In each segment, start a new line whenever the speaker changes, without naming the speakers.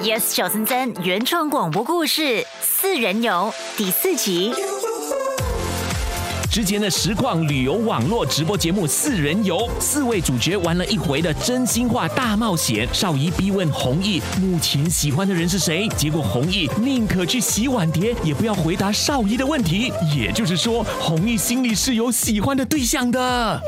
Yes 小森森原创广播故事《四人游》第四集。
之前的实况旅游网络直播节目《四人游》，四位主角玩了一回的真心话大冒险。少仪逼问弘毅目前喜欢的人是谁，结果弘毅宁可去洗碗碟，也不要回答少仪的问题。也就是说，弘毅心里是有喜欢的对象的。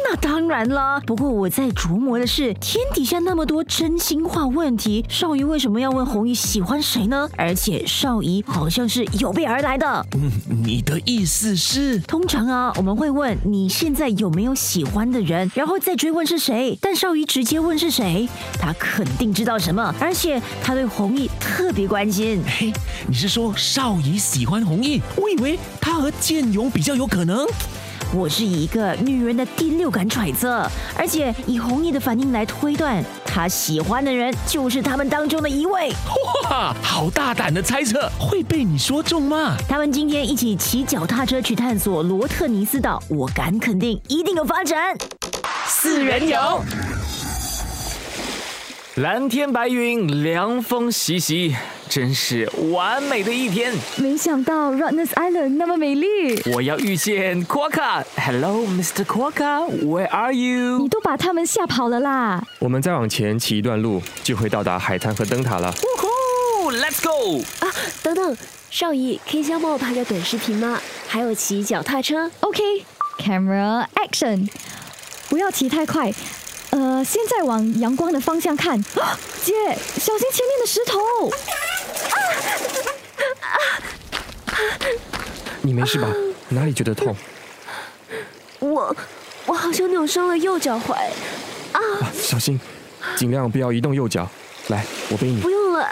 那当然啦，不过我在琢磨的是，天底下那么多真心话问题，少仪为什么要问红姨喜欢谁呢？而且少仪好像是有备而来的。
嗯，你的意思是？
通常啊，我们会问你现在有没有喜欢的人，然后再追问是谁。但少仪直接问是谁，他肯定知道什么，而且他对红姨特别关心。
嘿，你是说少仪喜欢弘毅？我以为他和建勇比较有可能。
我是以一个女人的第六感揣测，而且以红姨的反应来推断，她喜欢的人就是他们当中的一位。
哇，啊好大胆的猜测，会被你说中吗？
他们今天一起骑脚踏车去探索罗特尼斯岛，我敢肯定一定有发展。
四人游。
蓝天白云，凉风习习，真是完美的一天。
没想到 Rottnest Island 那么美丽，
我要遇见 Quokka，Hello Mr. Quokka，Where are
你
you？
都把他们吓跑了啦！
我们再往前骑一段路，就会到达海滩和灯塔了。
呼 Let's go！
啊，等等，少姨，可以教帮我拍个短视频吗？还有骑脚踏车，
OK，camera、action，不要骑太快。呃，现在往阳光的方向看， 啊姐，小心前面的石头。
你没事吧？
啊
哪里觉得痛？
我我好像扭伤了右脚踝，
啊，小心，尽量不要移动右脚。来，我背你
不，用了，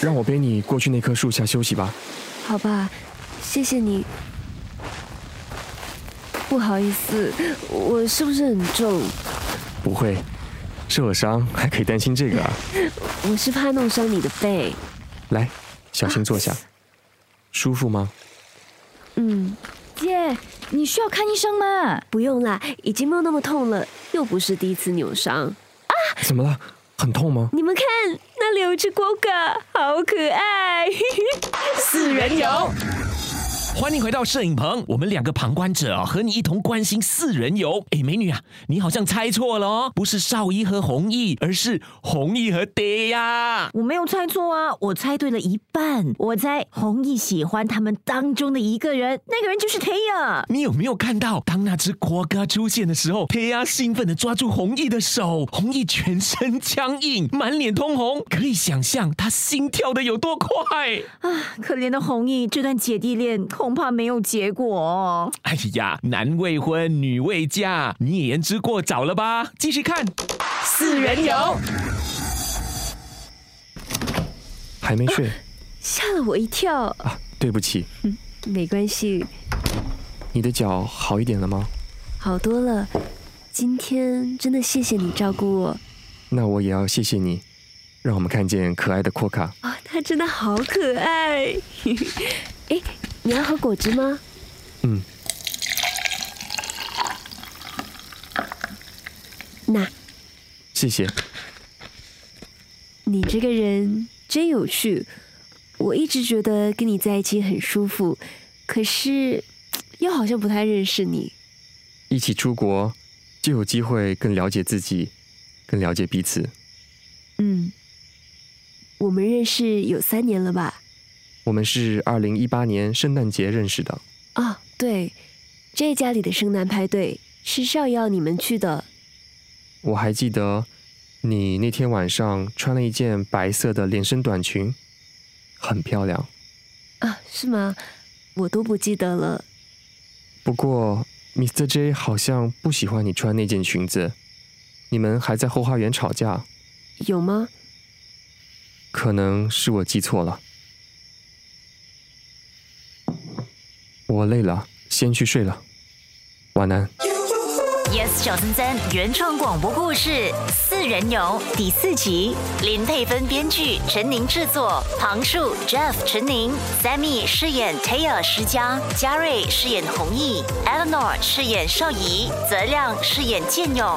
让我背你过去那棵树下休息吧。
好吧，谢谢你。不好意思，我是不是很重？
不会，受了伤还可以担心这个啊。
我是怕弄伤你的背。
来，小心坐
啊
下。舒服吗？
嗯，
姐，你需要看医生吗？
不用啦，已经没有那么痛了，又不是第一次扭伤。
怎么了？很痛吗？
你们看，那里有一只 q u o k a 好可 爱。
欢迎回到摄影棚，我们两个旁观者、哦、和你一同关心四人游。哎，美女啊，你好像猜错了哦，不是少一和弘毅，而是弘毅和爹呀、
我没有猜错啊，我猜对了一半。我猜红毅喜欢他们当中的一个人，那个人就是 Taya。
你有没有看到，当那只国哥出现的时候，爹呀兴奋地抓住弘毅的手，弘毅全身僵硬，满脸通红，可以想象他心跳的有多快。
啊，可怜的红毅，这段姐弟恋恐怕没有结果哦。
哎呀，男未婚，女未嫁，你也言之过早了吧？继续看。
还没睡
吓了我一跳，嗯
啊？对不起，
没关系，
你的脚好一点了吗？
好多了。今天真的谢谢你照顾我
那我也要谢谢你，让我们看见可爱的阔卡。
啊、它真的好可爱。哎，你要喝果汁吗？
嗯，
那
谢谢。
你这个人真有趣，我一直觉得跟你在一起很舒服，可是又好像不太认识你。
一起出国，就有机会更了解自己，更了解彼此。
嗯，我们认识有三年了吧？
我们是二零一八年圣诞节认识的，
哦，对，这家里的生男派对是少爷要你们去的。
我还记得你那天晚上穿了一件白色的连身短裙，很漂亮。
啊，是吗？我都不记得了。
不过，Mr. J 好像不喜欢你穿那件裙子，你们还在后花园吵架，
有吗？
可能是我记错了。我累了，先去睡了，晚安。
Yes 小森森原创广播故事《四人游》第四集，林佩芬编剧，陈宁制作，旁树 Jeff 陈宁，Sammy 饰演 Taya 施佳，嘉瑞饰演弘毅，Eleanor 饰演邵仪，泽亮饰演建勇。